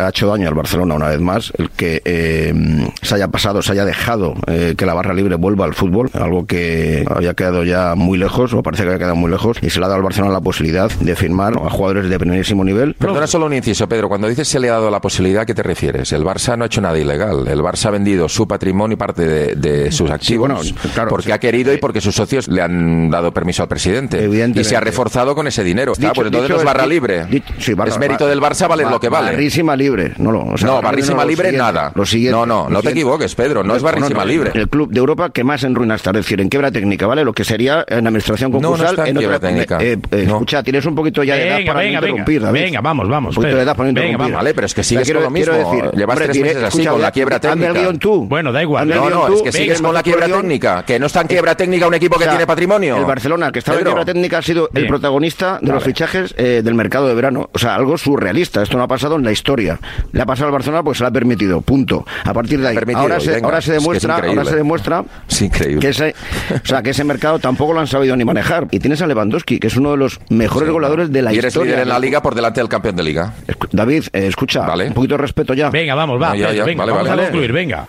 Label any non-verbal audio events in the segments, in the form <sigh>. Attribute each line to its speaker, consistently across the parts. Speaker 1: ha hecho daño al Barcelona una vez más, el que eh, se haya pasado, se haya dejado eh, que la barra libre vuelva al fútbol, algo que había quedado ya muy lejos, o parece que había quedado muy lejos, y se le ha dado al Barcelona la posibilidad de firmar a jugadores de primerísimo nivel.
Speaker 2: Perdona solo un inciso, Pedro. Cuando dices se le ha dado la posibilidad, ¿a qué te refieres? El Barça no ha hecho nada ilegal. El Barça ha vendido su patrimonio y parte de, de sus activos
Speaker 1: bueno, claro,
Speaker 2: porque
Speaker 1: sí. Eh,
Speaker 2: ha querido y porque sus socios le han dado permiso al presidente.
Speaker 1: Evidentemente.
Speaker 2: Y se ha reforzado con ese dinero. Está,
Speaker 1: Dicho-
Speaker 2: pues entonces
Speaker 1: dicho
Speaker 2: no es
Speaker 1: es-
Speaker 2: barra libre.
Speaker 1: di- sí, barra-
Speaker 2: es mérito
Speaker 1: ba-
Speaker 2: del Barça valer
Speaker 1: Ba-
Speaker 2: lo que vale.
Speaker 1: Barrísima libre, no, no. o sea,
Speaker 2: no,
Speaker 1: barra
Speaker 2: barrísima
Speaker 1: lo
Speaker 2: libre,
Speaker 1: siguiente,
Speaker 2: nada.
Speaker 1: Lo siguiente,
Speaker 2: no,
Speaker 1: lo
Speaker 2: no, no te
Speaker 1: siguiente.
Speaker 2: equivoques, Pedro. No es barrísima
Speaker 1: no, no,
Speaker 2: libre.
Speaker 1: El club de Europa que más en ruinas está, es decir, en quiebra técnica, ¿vale? Lo que sería en administración
Speaker 2: No, no
Speaker 1: concursal.
Speaker 2: está en
Speaker 1: otra-
Speaker 2: quiebra técnica.
Speaker 1: eh, eh,
Speaker 2: No.
Speaker 1: Escucha, tienes un poquito ya de edad
Speaker 3: Venga,
Speaker 1: para
Speaker 3: venga,
Speaker 1: no interrumpir,
Speaker 3: venga.
Speaker 1: David.
Speaker 3: Venga, vamos, vamos,
Speaker 1: Un poquito
Speaker 3: Pedro.
Speaker 1: de edad para no
Speaker 3: Venga,
Speaker 1: interrumpir.
Speaker 3: vamos.
Speaker 2: Vale, pero es que
Speaker 1: O sea,
Speaker 2: sigues
Speaker 1: quiero-
Speaker 2: con lo mismo.
Speaker 1: quiero
Speaker 2: Llevas tres
Speaker 1: diré-
Speaker 2: meses así,
Speaker 1: escucha,
Speaker 2: con la
Speaker 1: hazme
Speaker 2: quiebra
Speaker 1: el
Speaker 2: técnica.
Speaker 1: guión tú.
Speaker 3: Bueno, da igual.
Speaker 1: Hazme el
Speaker 2: No,
Speaker 1: guión
Speaker 2: no,
Speaker 1: tú.
Speaker 2: es que
Speaker 1: Venga,
Speaker 2: sigues con la
Speaker 1: hazme tu
Speaker 2: quiebra
Speaker 1: guión.
Speaker 2: técnica, que no está en quiebra técnica un equipo
Speaker 1: O
Speaker 2: que
Speaker 1: sea,
Speaker 2: tiene patrimonio.
Speaker 1: El Barcelona, que estaba en
Speaker 2: Pedro,
Speaker 1: quiebra técnica, ha sido el
Speaker 3: Bien.
Speaker 1: protagonista de los fichajes eh, del mercado de verano. O sea, algo surrealista. Esto no ha pasado en la historia. Le ha pasado al Barcelona, pues se lo ha permitido. Punto. A partir de ahí.
Speaker 2: Permitido,
Speaker 1: Ahora
Speaker 2: y
Speaker 1: se,
Speaker 2: venga.
Speaker 1: ahora se
Speaker 2: Es que es
Speaker 1: demuestra, ahora
Speaker 2: increíble.
Speaker 1: se demuestra
Speaker 2: Es increíble.
Speaker 1: que ese, o sea, que ese mercado tampoco lo han sabido ni manejar. Y tienes a Lewandowski, que es uno de los mejores goleadores de la
Speaker 2: y eres
Speaker 1: historia.
Speaker 2: líder en la liga por delante del campeón de liga.
Speaker 1: Escu- David, eh, escucha,
Speaker 2: Vale.
Speaker 1: un poquito de respeto ya.
Speaker 3: Venga, vamos, va.
Speaker 2: No, ya,
Speaker 3: Pedro,
Speaker 2: ya,
Speaker 3: venga,
Speaker 2: vale,
Speaker 3: vamos
Speaker 2: vale.
Speaker 3: a concluir, venga.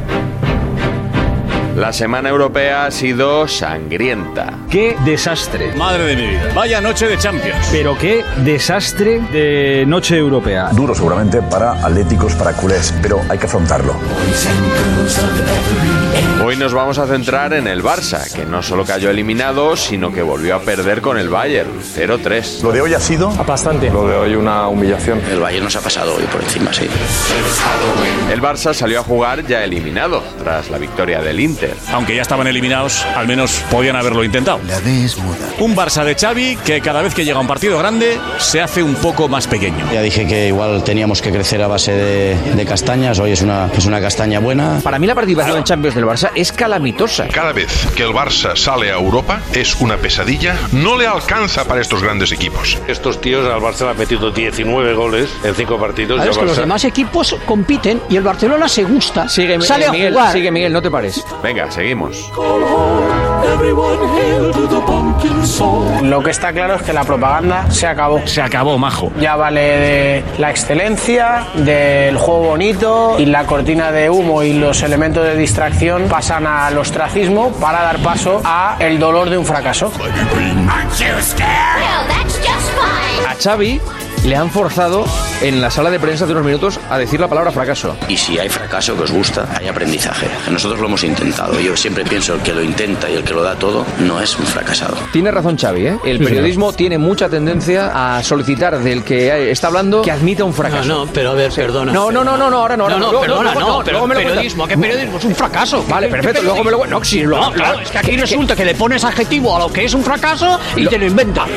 Speaker 4: La semana europea ha sido sangrienta.
Speaker 5: Qué desastre.
Speaker 6: Madre de mi vida. Vaya noche de Champions.
Speaker 5: Pero qué desastre de noche europea.
Speaker 6: Duro seguramente para atléticos, para culés, pero hay que afrontarlo.
Speaker 4: Hoy nos vamos a centrar en el Barça, que no solo cayó eliminado, sino que volvió a perder con el Bayern, 0-3.
Speaker 6: Lo de hoy ha sido...
Speaker 7: Bastante.
Speaker 2: Lo de hoy una humillación.
Speaker 5: El Bayern nos ha pasado hoy por encima, sí.
Speaker 4: El Barça salió a jugar ya eliminado, tras la victoria del Inter.
Speaker 6: Aunque ya estaban eliminados, al menos podían haberlo intentado. Un Barça de Xavi que cada vez que llega a un partido grande se hace un poco más pequeño.
Speaker 5: Ya dije que igual teníamos que crecer a base de, de castañas. Hoy es una, es una castaña buena.
Speaker 7: Para mí la participación en Champions del Barça es calamitosa.
Speaker 3: Cada vez que el Barça sale a Europa es una pesadilla. No le alcanza para estos grandes equipos.
Speaker 6: Estos tíos al Barça le han metido 19 goles en 5
Speaker 8: Ah,
Speaker 6: partidos.
Speaker 5: Sabes que los demás equipos compiten y el Barcelona se gusta.
Speaker 7: Sigue,
Speaker 5: sale a
Speaker 7: eh, Miguel,
Speaker 5: jugar.
Speaker 7: sigue Miguel, no te pares.
Speaker 4: Venga, seguimos.
Speaker 5: Lo que está claro es que la propaganda se acabó.
Speaker 6: Se acabó, majo.
Speaker 5: Ya vale de la excelencia, del juego bonito y la cortina de humo y los elementos de distracción pasan al ostracismo para dar paso a el dolor de un fracaso.
Speaker 7: A Xavi
Speaker 5: le han forzado en la sala de prensa hace unos minutos a decir la palabra fracaso.
Speaker 7: Y si hay fracaso que os gusta, hay aprendizaje. Nosotros lo hemos intentado. Yo siempre pienso el que lo intenta y el que lo da todo no es un fracasado.
Speaker 5: Tiene razón Xavi, ¿eh? El
Speaker 7: Sí,
Speaker 5: periodismo tiene mucha tendencia a solicitar del que está hablando que admita un fracaso.
Speaker 9: No, no, pero a ver, perdona.
Speaker 5: No, no, no, no, no, ahora no. ahora
Speaker 9: No, no,
Speaker 5: Luego-
Speaker 9: perdona,
Speaker 5: luego-
Speaker 9: no, pero
Speaker 5: luego me lo
Speaker 9: periodismo,
Speaker 5: cuentas.
Speaker 9: ¿qué periodismo? Es un fracaso.
Speaker 5: Vale,
Speaker 9: ¿Qué
Speaker 5: perfecto, luego me lo- no, sí, lo-
Speaker 9: No, claro, es que aquí
Speaker 5: que-
Speaker 9: resulta que le pones adjetivo a lo que es un fracaso y te lo inventas.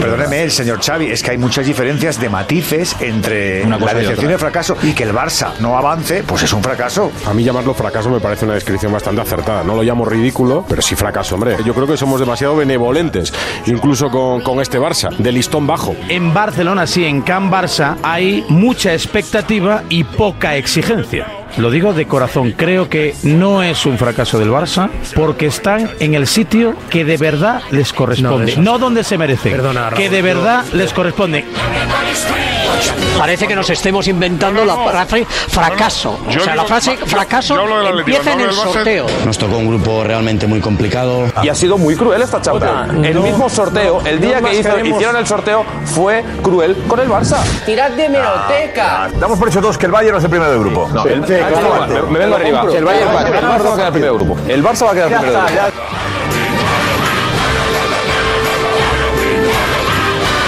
Speaker 10: Perdóneme, el señor Xavi, es que hay muchas diferencias de matices entre
Speaker 11: Una cosa
Speaker 10: la
Speaker 11: y
Speaker 10: decepción
Speaker 11: otra.
Speaker 10: y el fracaso y que el Barça no avance, pues es un fracaso.
Speaker 11: A mí llamarlo fracaso me parece una descripción bastante acertada. No lo llamo ridículo, pero sí fracaso, hombre. Yo creo que somos demasiado benevolentes, incluso con, con este Barça, de listón bajo.
Speaker 3: En Barcelona, sí, en Can Barça, hay mucha expectativa y poca exigencia. Lo digo de corazón, creo que no es un fracaso del Barça porque están en el sitio que de verdad les corresponde,
Speaker 9: eso-
Speaker 3: no, donde se merecen,
Speaker 9: Perdona, Raúl,
Speaker 3: que de
Speaker 9: yo-
Speaker 3: verdad les corresponde.
Speaker 9: Parece que nos estemos inventando la frase fracaso.
Speaker 3: Yo
Speaker 9: O sea, la
Speaker 3: digo-
Speaker 9: frase
Speaker 3: yo-
Speaker 9: fracaso
Speaker 3: yo hablo del Atlético,
Speaker 9: empieza en
Speaker 3: no
Speaker 9: el
Speaker 3: del Barça.
Speaker 9: sorteo.
Speaker 7: Nos tocó un grupo realmente muy complicado.
Speaker 5: Y ha sido muy cruel esta chapa. el mismo sorteo, el día que hizo, hicieron el sorteo, fue cruel con el Barça.
Speaker 12: Tirad de meroteca.
Speaker 5: Damos por hecho todos que el Bayern no es el primero del grupo.
Speaker 2: No, el-
Speaker 5: me, me vengo arriba. El Bayern, va- el Barça va a quedar primero del grupo. El Barça va a quedar primero del grupo.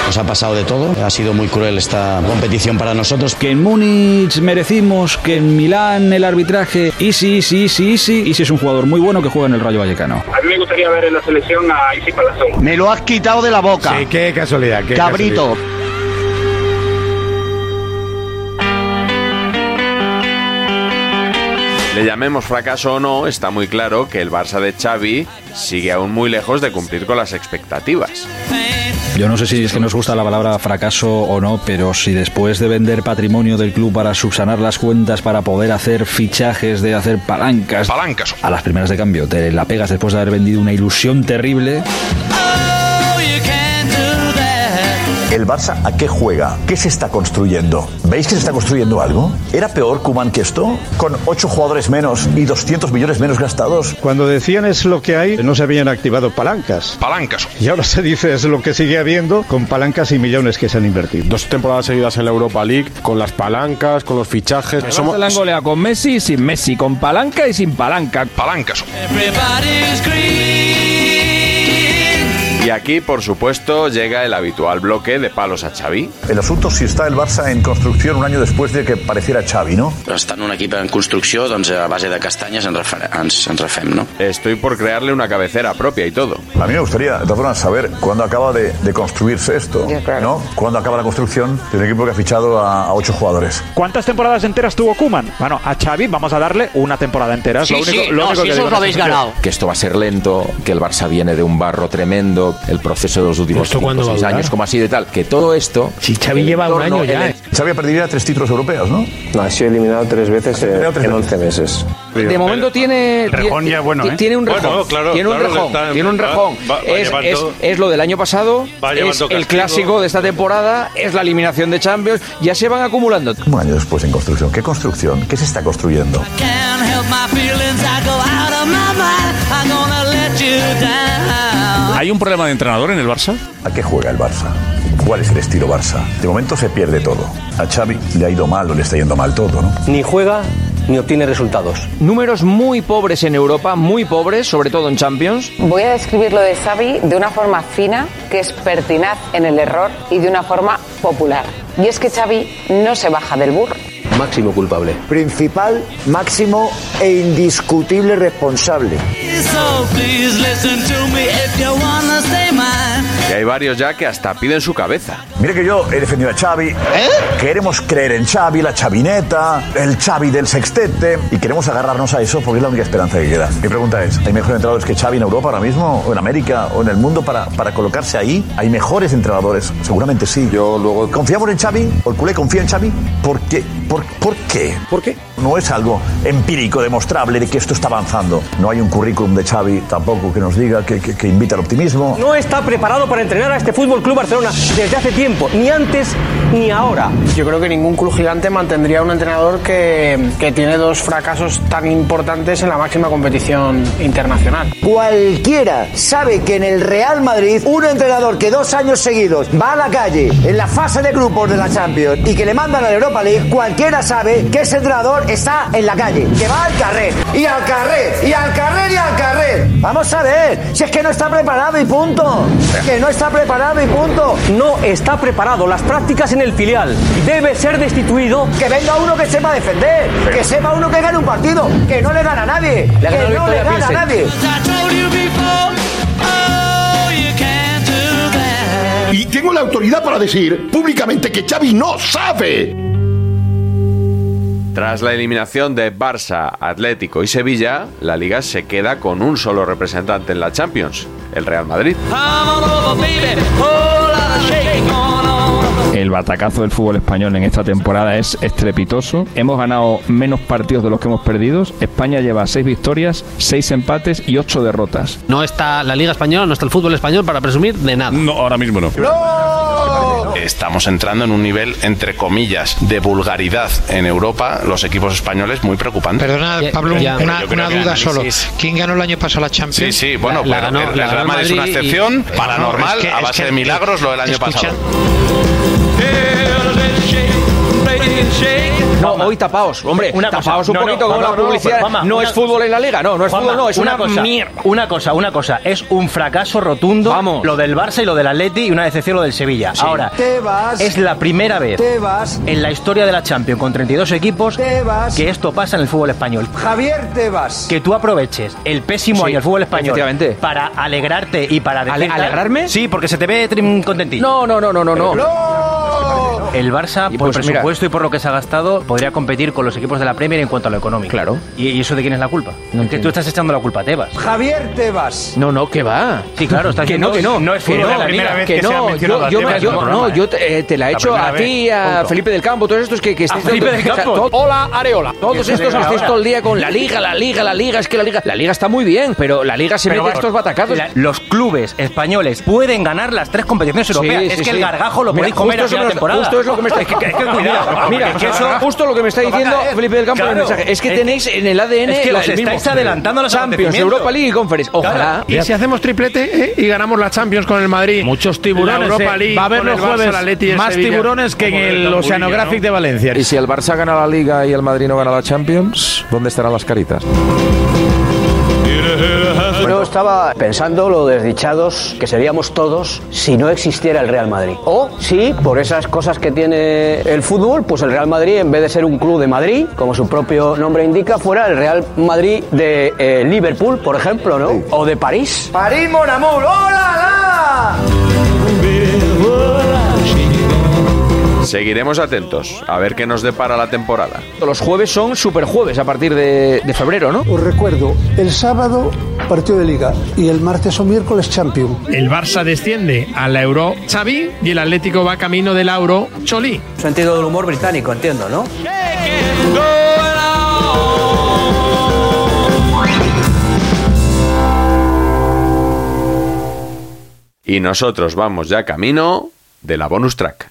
Speaker 7: Nos ha pasado de todo. Ha sido muy cruel esta competición para nosotros.
Speaker 13: Que en Múnich merecimos, que en Milán el arbitraje. Easy, easy, easy, easy. Easy es un jugador muy bueno que juega en el Rayo Vallecano.
Speaker 14: A mí me gustaría ver en la selección a Isi Palazón.
Speaker 3: Me lo has quitado de la boca.
Speaker 10: Sí, qué casualidad. qué
Speaker 3: Cabrito.
Speaker 10: casualidad.
Speaker 4: Le llamemos fracaso o no, está muy claro que el Barça de Xavi sigue aún muy lejos de cumplir con las expectativas.
Speaker 13: Yo no sé si es que nos gusta la palabra fracaso o no, pero si después de vender patrimonio del club para subsanar las cuentas, para poder hacer fichajes, de hacer palancas,
Speaker 15: palancas
Speaker 13: a las primeras de cambio te la pegas después de haber vendido una ilusión terrible.
Speaker 6: ¿El Barça a qué juega? ¿Qué se está construyendo? ¿Veis que se está construyendo algo? ¿Era peor Kuman que esto? Con 8 jugadores menos y 200 millones menos gastados.
Speaker 16: Cuando decían es lo que hay, no se habían activado palancas.
Speaker 15: Palancas.
Speaker 16: Y ahora se dice es lo que sigue habiendo con palancas y millones que se han invertido.
Speaker 11: Dos temporadas seguidas en la Europa League, con las palancas, con los fichajes. Somos,
Speaker 5: Somos... golea con Messi y sin Messi, con palanca y sin palanca.
Speaker 15: Palancas.
Speaker 4: Y aquí, por supuesto, llega el habitual bloque de palos a Xavi.
Speaker 6: El asunto es si está el Barça en construcción un año después de que pareciera Xavi, ¿no?
Speaker 7: Estant un equip en construcció, doncs a base de castanyes ens, refer- ens, ens refem, no?
Speaker 4: Estoy por crearle una cabecera propia y todo.
Speaker 6: A mí me gustaría, de todas formas, saber cuándo acaba de, de construirse esto, ¿no? ¿Cuándo acaba la construcción del equipo que ha fichado a, a ocho jugadores?
Speaker 17: ¿Cuántas temporadas enteras tuvo Kuman? Bueno, a Xavi vamos a darle una temporada entera. Es lo único, lo único que digo en ese sentido.
Speaker 2: Que esto va a ser lento, que el Barça viene de un barro tremendo, el proceso de los últimos
Speaker 16: ¿Esto cuándo
Speaker 2: cinco,
Speaker 16: va a
Speaker 2: seis
Speaker 16: durar?
Speaker 2: años, como así de tal, que todo esto. Si Xavi
Speaker 6: Xavi ha Eh, perdido ya tres títulos europeos, ¿no? No, ha sido eliminado tres
Speaker 18: eh.
Speaker 6: veces en 11 meses.
Speaker 5: De momento tiene.
Speaker 6: rejón
Speaker 5: tie-
Speaker 6: ya bueno,
Speaker 5: tie-
Speaker 6: ¿eh?
Speaker 5: Tiene un
Speaker 6: Bueno,
Speaker 5: rejón.
Speaker 6: claro,
Speaker 5: tiene un
Speaker 6: claro,
Speaker 5: rejón.
Speaker 6: está-
Speaker 5: tiene un
Speaker 6: va-
Speaker 5: rejón.
Speaker 6: va- va
Speaker 5: es,
Speaker 6: llevando-
Speaker 5: es- es lo del año pasado.
Speaker 6: Va llevando
Speaker 5: Es el
Speaker 6: castigo.
Speaker 5: clásico de esta temporada. Es la eliminación de Champions. Ya se van acumulando.
Speaker 6: Un año después en construcción. ¿Qué construcción? ¿Qué se está construyendo?
Speaker 18: ¿Hay un problema de entrenador en el Barça?
Speaker 6: ¿A qué juega el Barça? ¿Cuál es el estilo Barça? De momento se pierde todo. A Xavi le ha ido mal o le está yendo mal todo, ¿no?
Speaker 5: Ni juega ni obtiene resultados. Números muy pobres en Europa, muy pobres, sobre todo en Champions.
Speaker 19: Voy a describir lo de Xavi de una forma fina, que es pertinaz en el error y de una forma popular. Y es que Xavi no se baja del burro.
Speaker 20: Máximo culpable. Principal, máximo e indiscutible responsable.
Speaker 4: Y hay varios ya que hasta piden su cabeza.
Speaker 6: Mire que yo he defendido a Xavi. Queremos creer en Xavi, la chavineta, el Xavi del sextete. Y queremos agarrarnos a eso porque es la única esperanza que queda. Mi pregunta es, ¿hay mejores entrenadores que Xavi en Europa ahora mismo, o en América, o en el mundo para, para colocarse ahí? ¿Hay mejores entrenadores? Seguramente sí. Yo luego... ¿Confiamos en Xavi? ¿O el culé confía en Xavi? Porque ¿Por, por qué? ¿Por qué? No es algo empírico, demostrable de que esto está avanzando. No hay un currículum de Xavi tampoco que nos diga que, que, que invita al optimismo.
Speaker 21: No está preparado para entrenar a este Fútbol Club Barcelona desde hace tiempo, ni antes ni ahora.
Speaker 22: Yo creo que ningún club gigante mantendría a un entrenador que, que tiene dos fracasos tan importantes en la máxima competición internacional.
Speaker 1: Cualquiera sabe que en el Real Madrid un entrenador que dos años seguidos va a la calle en la fase de grupos de la Champions y que le mandan a la Europa League, cualquiera sabe que ese entrenador está en la calle, que va al carrer y al carrer y al carrer y al carrer. Vamos a ver, si es que no está preparado y punto. Que no está preparado y punto.
Speaker 21: No está preparado. Las prácticas en el filial. Debe ser destituido.
Speaker 1: Que venga uno que sepa defender, que sepa uno que gane un partido, que no le gana a nadie,
Speaker 21: Le ha ganado
Speaker 1: que Eh, no le
Speaker 21: Victoria
Speaker 1: gana a
Speaker 21: Pilsen.
Speaker 1: nadie.
Speaker 8: Y tengo la autoridad para decir públicamente que Xavi no sabe.
Speaker 4: Tras la eliminación de Barça, Atlético y Sevilla, la liga se queda con un solo representante en la Champions, el Real Madrid.
Speaker 18: El batacazo del fútbol español en esta temporada es estrepitoso. Hemos ganado menos partidos de los que hemos perdido. España lleva seis victorias, seis empates y ocho derrotas.
Speaker 13: No está la Liga Española, no está el fútbol español para presumir de nada. No, ahora mismo no.
Speaker 23: Estamos entrando en un nivel, entre comillas, de vulgaridad en Europa, los equipos españoles, muy preocupante.
Speaker 24: Perdona, Pablo, una, una duda solo. ¿Quién ganó el año pasado la
Speaker 23: Sí,
Speaker 24: Champions?
Speaker 23: sí, bueno,
Speaker 24: La- la
Speaker 23: pero
Speaker 24: ganó-
Speaker 23: el
Speaker 24: la
Speaker 23: Real
Speaker 24: ganó
Speaker 23: Madrid es una
Speaker 24: Madrid y-
Speaker 23: excepción
Speaker 24: No,
Speaker 23: paranormal
Speaker 24: es que-
Speaker 23: a
Speaker 24: es
Speaker 23: base
Speaker 24: que-
Speaker 23: de milagros lo del año
Speaker 24: escucha,
Speaker 23: pasado.
Speaker 4: No, hoy tapaos, hombre,
Speaker 5: Una cosa.
Speaker 4: tapaos un
Speaker 5: No, no,
Speaker 4: poquito con
Speaker 5: Juanma,
Speaker 4: la
Speaker 5: no, no,
Speaker 4: publicidad. No,
Speaker 5: Juanma, una-
Speaker 4: es fútbol en la liga, no, no es
Speaker 5: Juanma,
Speaker 4: fútbol, no, es una,
Speaker 5: cosa,
Speaker 4: mierda.
Speaker 5: Una cosa, una cosa. Es un fracaso rotundo
Speaker 4: Vamos.
Speaker 5: lo del Barça y lo del Atleti y una decepción lo del Sevilla.
Speaker 4: Sí.
Speaker 5: Ahora,
Speaker 4: Te vas.
Speaker 5: es la primera vez
Speaker 4: Te
Speaker 5: en la historia de la Champions con 32 equipos que esto pasa en el fútbol español.
Speaker 1: Javier Tebas.
Speaker 5: Que tú aproveches el pésimo
Speaker 1: Sí,
Speaker 5: año del fútbol español
Speaker 1: efectivamente.
Speaker 5: para alegrarte y para decir...
Speaker 1: alegrarme?
Speaker 5: Sí, porque se te ve trim- contentillo. No, no, no, no, no, El Barça, por
Speaker 25: pues mira.
Speaker 5: presupuesto y por lo que se ha gastado, podría competir con los equipos de la Premier en cuanto a lo económico. Claro. ¿Y, y eso de quién es la culpa? Es que tú estás echando la culpa a Tebas.
Speaker 1: Javier Tebas.
Speaker 25: No, no, que va.
Speaker 5: Sí, claro, estás
Speaker 25: que
Speaker 5: viendo-
Speaker 25: no, que no.
Speaker 5: no es fútbol
Speaker 25: que
Speaker 5: de
Speaker 25: no,
Speaker 5: la liga.
Speaker 25: que
Speaker 5: Que
Speaker 25: no,
Speaker 5: se ha mencionado
Speaker 25: yo,
Speaker 5: a
Speaker 25: yo,
Speaker 5: Tebas
Speaker 25: yo-
Speaker 5: en el
Speaker 25: no,
Speaker 5: programa,
Speaker 25: yo
Speaker 5: ¿eh?
Speaker 25: te, eh, te la
Speaker 5: La
Speaker 25: he hecho a
Speaker 5: primera
Speaker 25: ti,
Speaker 5: vez,
Speaker 25: a
Speaker 5: punto.
Speaker 25: Felipe del Campo, todos estos que, que estáis...
Speaker 5: Felipe del
Speaker 25: o sea,
Speaker 5: Campo.
Speaker 25: todo- hola, Areola. Todos
Speaker 5: Felipe
Speaker 25: estos
Speaker 5: del
Speaker 25: hacéis
Speaker 5: Campo.
Speaker 25: todo el día con la liga, la liga, la liga, es que la liga... La liga está muy bien, pero la liga se
Speaker 5: Pero
Speaker 25: mete
Speaker 5: vamos,
Speaker 25: estos batacazos.
Speaker 5: la- los clubes españoles pueden ganar las tres competiciones
Speaker 25: Sí,
Speaker 5: europeas.
Speaker 25: sí,
Speaker 5: es que
Speaker 25: sí.
Speaker 5: el gargajo lo
Speaker 25: Mira,
Speaker 5: podéis comer
Speaker 25: justo
Speaker 5: a
Speaker 25: eso
Speaker 5: final
Speaker 25: me lo-
Speaker 5: temporada.
Speaker 25: Justo es lo que me está...
Speaker 5: <laughs> Es que, es que cuidado.
Speaker 25: Mira, que eso, justo lo que me está diciendo Felipe del Campo en el mensaje. Es que tenéis en el ADN...
Speaker 5: Es que
Speaker 25: la-
Speaker 5: los
Speaker 25: el mismo-
Speaker 5: estáis adelantando a los
Speaker 25: Champions,
Speaker 5: acontecimientos.
Speaker 25: Europa League y Conference. Ojalá.
Speaker 26: Y si hacemos triplete ¿eh? y ganamos la Champions con el Madrid. Muchos
Speaker 27: tiburones,
Speaker 26: Europa
Speaker 27: eh.
Speaker 26: League.
Speaker 27: Va a haber
Speaker 26: con
Speaker 27: los
Speaker 26: el Barça,
Speaker 27: jueves
Speaker 26: el Atleti y el
Speaker 27: más
Speaker 26: Sevilla.
Speaker 27: tiburones que en
Speaker 26: Como
Speaker 27: el
Speaker 26: Tamburillo,
Speaker 27: Oceanographic
Speaker 26: ¿no?
Speaker 27: de Valencia.
Speaker 2: Y si el Barça gana la Liga y el Madrid no gana la Champions, ¿dónde estarán las caritas?
Speaker 21: Yo estaba pensando lo desdichados que seríamos todos si no existiera el Real Madrid. O si, por esas cosas que tiene el fútbol, pues el Real Madrid, en vez de ser un club de Madrid, como su propio nombre indica, fuera el Real Madrid de eh, Liverpool, por ejemplo, ¿no? O de París.
Speaker 1: París Monamur. ¡Hola!
Speaker 4: Seguiremos atentos a ver qué nos depara la temporada.
Speaker 25: Los jueves son superjueves a partir de, de febrero, ¿no?
Speaker 28: Os recuerdo, el sábado partido de liga y el martes o miércoles champion.
Speaker 26: El Barça desciende a la Euro Xavi y el Atlético va camino del Euro Choli.
Speaker 21: Sentido del humor británico, entiendo, ¿no?
Speaker 4: Y nosotros vamos ya camino de la bonus track.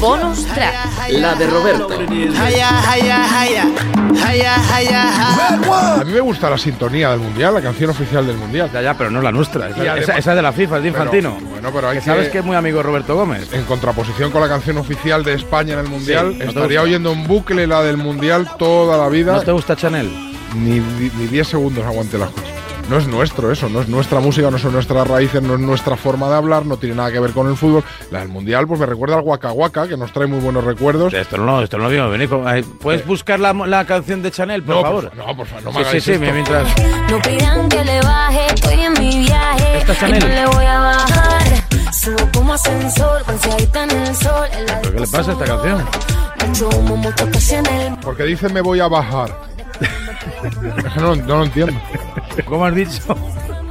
Speaker 26: Bonus track.
Speaker 28: La de Roberto.
Speaker 3: A mí me gusta la sintonía del mundial, la canción oficial del mundial. Ya, ya, pero no la nuestra.
Speaker 27: Esa- esa- esa es de la FIFA, es de Infantino.
Speaker 3: bueno, pero hay
Speaker 27: Que sabes que es muy amigo Roberto Gómez.
Speaker 3: En contraposición con la canción oficial de España en el mundial,
Speaker 27: Sí, no te
Speaker 3: estaría
Speaker 27: gusta.
Speaker 3: oyendo en bucle la del mundial toda la vida.
Speaker 27: ¿No te gusta Chanel?
Speaker 3: Ni 10 segundos aguante la escucha. no es nuestro eso, no es nuestra música, no son nuestras raíces, no es nuestra forma de hablar, no tiene nada que ver con el fútbol. La del Mundial pues me recuerda al Waka Waka, que nos trae muy buenos recuerdos.
Speaker 5: Esto no, esto no lo vimos venir. ¿Cómo- eh, ¿Puedes buscar la, la canción de Chanel, por
Speaker 3: No, por
Speaker 5: favor?
Speaker 3: fa- no, por favor, no me
Speaker 5: Sí,
Speaker 3: hagáis
Speaker 5: sí, sí,
Speaker 3: esto.
Speaker 5: mientras...
Speaker 28: No pidan que le baje, estoy en mi viaje.
Speaker 5: Esto es
Speaker 28: y
Speaker 5: Chanel.
Speaker 28: no le voy a bajar. Subo como ascensor, bronceadita en el sol. El
Speaker 5: ¿Pero qué le pasa a esta canción?
Speaker 28: mucho humo, mucho casi en el
Speaker 3: Porque dice me voy a
Speaker 5: <laughs>
Speaker 3: bajar. Eso no, no lo entiendo.
Speaker 5: ¿Cómo has dicho?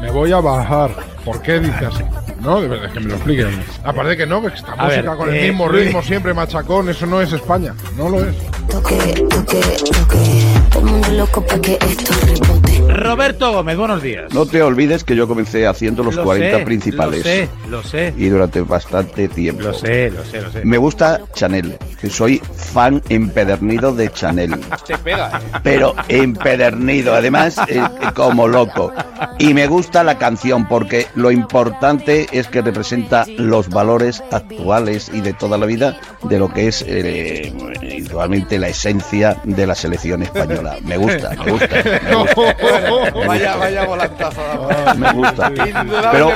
Speaker 3: Me voy a bajar. ¿Por qué dices así? No, de verdad, es que me lo expliquen. Aparte que no, que esta A música ver, con el eh, mismo Luis. ritmo siempre, machacón, eso no es España. No lo es.
Speaker 28: toque, toque, toque. Todo el mundo loco pa' que esto rebote.
Speaker 5: Roberto Gómez, buenos días.
Speaker 26: No te olvides que yo comencé haciendo los
Speaker 5: Lo
Speaker 26: 40
Speaker 5: sé,
Speaker 26: principales.
Speaker 5: Lo sé, lo sé.
Speaker 26: Y durante bastante tiempo.
Speaker 5: Lo sé, lo sé, lo sé.
Speaker 26: Me gusta Chanel, que soy fan empedernido de
Speaker 5: <laughs>
Speaker 26: Chanel.
Speaker 5: Te pega.
Speaker 26: Pero empedernido, además, eh, como loco. Y me gusta la canción porque lo importante es que representa los valores actuales y de toda la vida de lo que es eh, realmente la esencia de la selección española. Me gusta, me gusta. me gusta.
Speaker 29: <laughs> Vaya, vaya volantazo.
Speaker 26: Me gusta. Pero,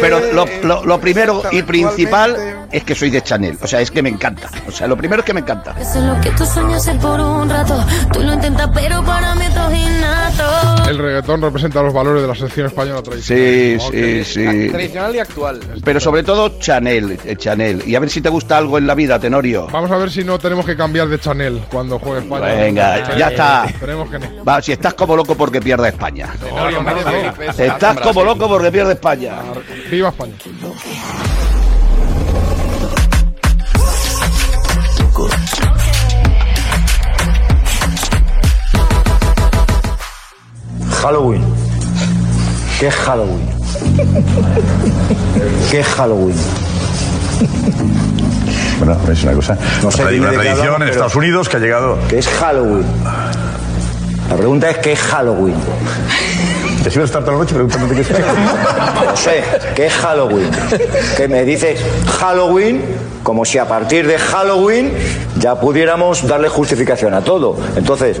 Speaker 26: pero lo, lo- lo primero y principal es que soy de Chanel. O sea, es que me encanta. O sea, lo primero es que me encanta.
Speaker 28: Eso es lo que tú sueñas ser por un rato. Tú lo intentas, pero para mí esto es innato.
Speaker 3: El reggaetón representa los valores de la selección española tradicional.
Speaker 26: Sí, sí, sí.
Speaker 29: Tradicional y actual.
Speaker 26: Pero sobre todo Chanel, eh, Chanel. Y a ver si te gusta algo en la vida, Tenorio.
Speaker 3: Vamos a ver si no tenemos que cambiar de Chanel cuando juegue España. Eh,
Speaker 26: Venga, ya está.
Speaker 3: Tenemos que no.
Speaker 26: Va, si estás como loco porque pierda España. Estás como loco porque pierde España.
Speaker 3: Viva España.
Speaker 1: Halloween. ¿Qué Halloween? ¿Qué Halloween?
Speaker 6: <laughs> Bueno, es una cosa.
Speaker 1: No sé,
Speaker 6: Hay
Speaker 1: dime
Speaker 6: una
Speaker 1: de qué
Speaker 6: tradición
Speaker 1: hablamos,
Speaker 6: en
Speaker 1: pero-
Speaker 6: Estados Unidos que ha llegado.
Speaker 1: ¿Qué es Halloween? La pregunta es ¿qué es Halloween?
Speaker 6: Te sirve estar toda la noche preguntándote
Speaker 1: <laughs>
Speaker 6: qué es
Speaker 1: <laughs> No sé, ¿qué es Halloween? Que me dices Halloween como si a partir de Halloween ya pudiéramos darle justificación a todo. Entonces,